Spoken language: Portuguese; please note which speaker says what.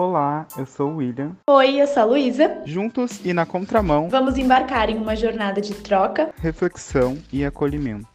Speaker 1: Olá, eu sou o William.
Speaker 2: Oi, eu sou a Luísa.
Speaker 1: Juntos e na contramão,
Speaker 2: Vamos embarcar em uma jornada de troca,
Speaker 1: reflexão e acolhimento.